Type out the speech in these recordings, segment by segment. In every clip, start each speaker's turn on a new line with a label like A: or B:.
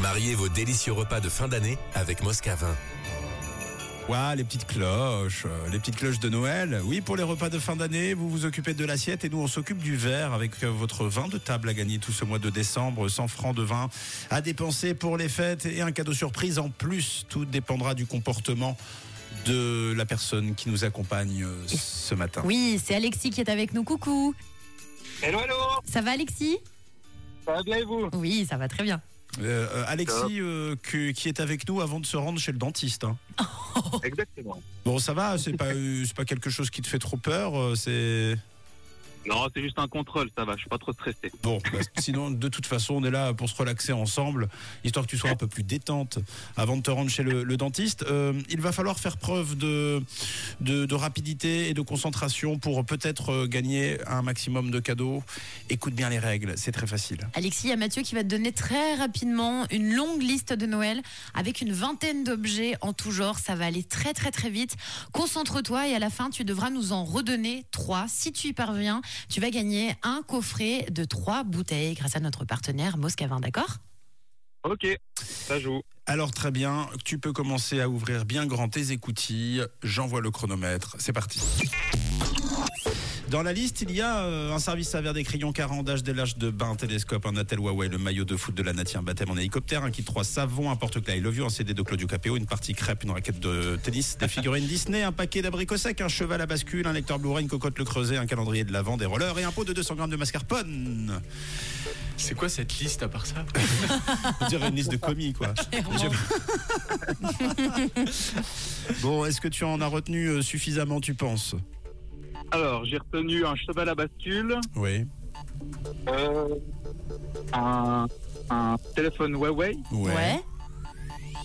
A: Mariez vos délicieux repas de fin d'année avec Moscavin.
B: Ouah, les petites cloches, euh, les petites cloches de Noël. Oui, pour les repas de fin d'année, vous vous occupez de l'assiette et nous on s'occupe du verre avec euh, votre vin de table à gagner tout ce mois de décembre. 100 francs de vin à dépenser pour les fêtes et un cadeau surprise en plus. Tout dépendra du comportement de la personne qui nous accompagne euh, ce matin.
C: Oui, c'est Alexis qui est avec nous. Coucou.
D: Hello, hello
C: Ça va Alexis
D: Ça va bien et vous
C: Oui, ça va très bien.
B: Euh, euh, Alexis euh, que- qui est avec nous avant de se rendre chez le dentiste. hein.
D: Exactement.
B: Bon, ça va, c'est pas, euh, c'est pas quelque chose qui te fait trop peur. euh, C'est
D: Non, c'est juste un contrôle, ça va, je suis pas trop stressé.
B: Bon, bah, sinon, de toute façon, on est là pour se relaxer ensemble, histoire que tu sois un peu plus détente avant de te rendre chez le, le dentiste. Euh, il va falloir faire preuve de, de, de rapidité et de concentration pour peut-être euh, gagner un maximum de cadeaux. Écoute bien les règles, c'est très facile.
C: Alexis, il y a Mathieu qui va te donner très rapidement une longue liste de Noël avec une vingtaine d'objets en tout genre. Ça va aller très très très vite. Concentre-toi et à la fin, tu devras nous en redonner trois. Si tu y parviens, tu vas gagner un coffret de trois bouteilles grâce à notre partenaire Moscavin, d'accord
D: Ok, ça joue.
B: Alors très bien, tu peux commencer à ouvrir bien grand tes écoutilles. J'envoie le chronomètre, c'est parti. Dans la liste, il y a euh, un service à verre des crayons carandage, des lâches de bain, un télescope, un attel Huawei, le maillot de foot de la Nati, un baptême en hélicoptère, un kit 3 savon, un porte-clés I love you, un CD de Claudio Capéo, une partie crêpe, une raquette de tennis, des figurines Disney, un paquet d'abricots secs, un cheval à bascule, un lecteur Blu-ray, une cocotte le creuset, un calendrier de l'avant, des rollers et un pot de 200 grammes de mascarpone.
E: C'est quoi cette liste à part ça
B: On dirait une liste de commis, quoi. Bon, est-ce que tu en as retenu euh, suffisamment, tu penses
D: Alors, j'ai retenu un cheval à bascule,
B: Oui.
D: euh, un, un téléphone Huawei
C: Ouais.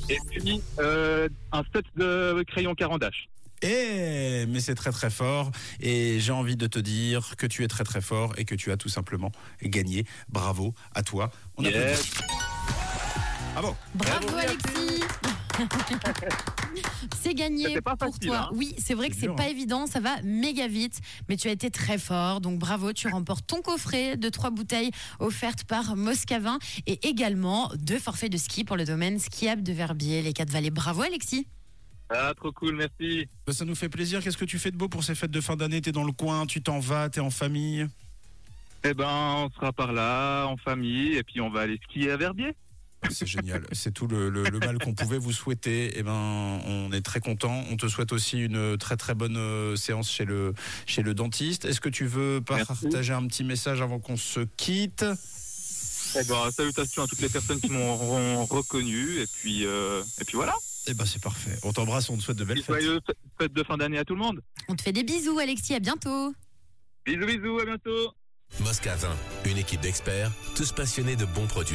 D: et puis euh, un set de crayon carandage.
B: Eh, mais c'est très très fort et j'ai envie de te dire que tu es très très fort et que tu as tout simplement gagné. Bravo à toi. On
D: Yeah.
B: applaudit. Bravo.
C: Bravo Alexis C'est gagné
D: C'était pas
C: pour
D: facile,
C: toi.
D: hein.
C: Oui, c'est vrai
B: C'est
C: que c'est
B: dur,
C: pas
B: hein.
C: évident, ça va méga vite, mais tu as été très fort. Donc bravo, tu remportes ton coffret de trois bouteilles offertes par Moscavin et également deux forfaits de ski pour le domaine skiable de Verbier, les quatre vallées. Bravo Alexis.
D: Ah, trop cool, merci.
B: Bah, ça nous fait plaisir. Qu'est-ce que tu fais de beau pour ces fêtes de fin d'année T'es dans le coin, tu t'en vas, t'es en famille.
D: Eh ben, on sera par là, en famille, et puis on va aller skier à Verbier.
B: C'est génial. C'est tout le, le- le mal qu'on pouvait vous souhaiter. Eh ben, on est très content. On te souhaite aussi une très très bonne euh, séance chez le chez le dentiste. Est-ce que tu veux
D: Merci.
B: partager un petit message avant qu'on se quitte
D: Eh ben, salutations à toutes les personnes qui m'ont reconnu, et puis, euh, et puis voilà.
B: Eh ben c'est parfait. On t'embrasse, on te souhaite de belles fêtes.
D: Joyeuses fêtes de fin d'année à tout le monde.
C: On te fait des bisous Alexis, à bientôt.
D: Bisous, bisous, à bientôt.
A: Moscavin, une équipe d'experts, tous passionnés de bons produits.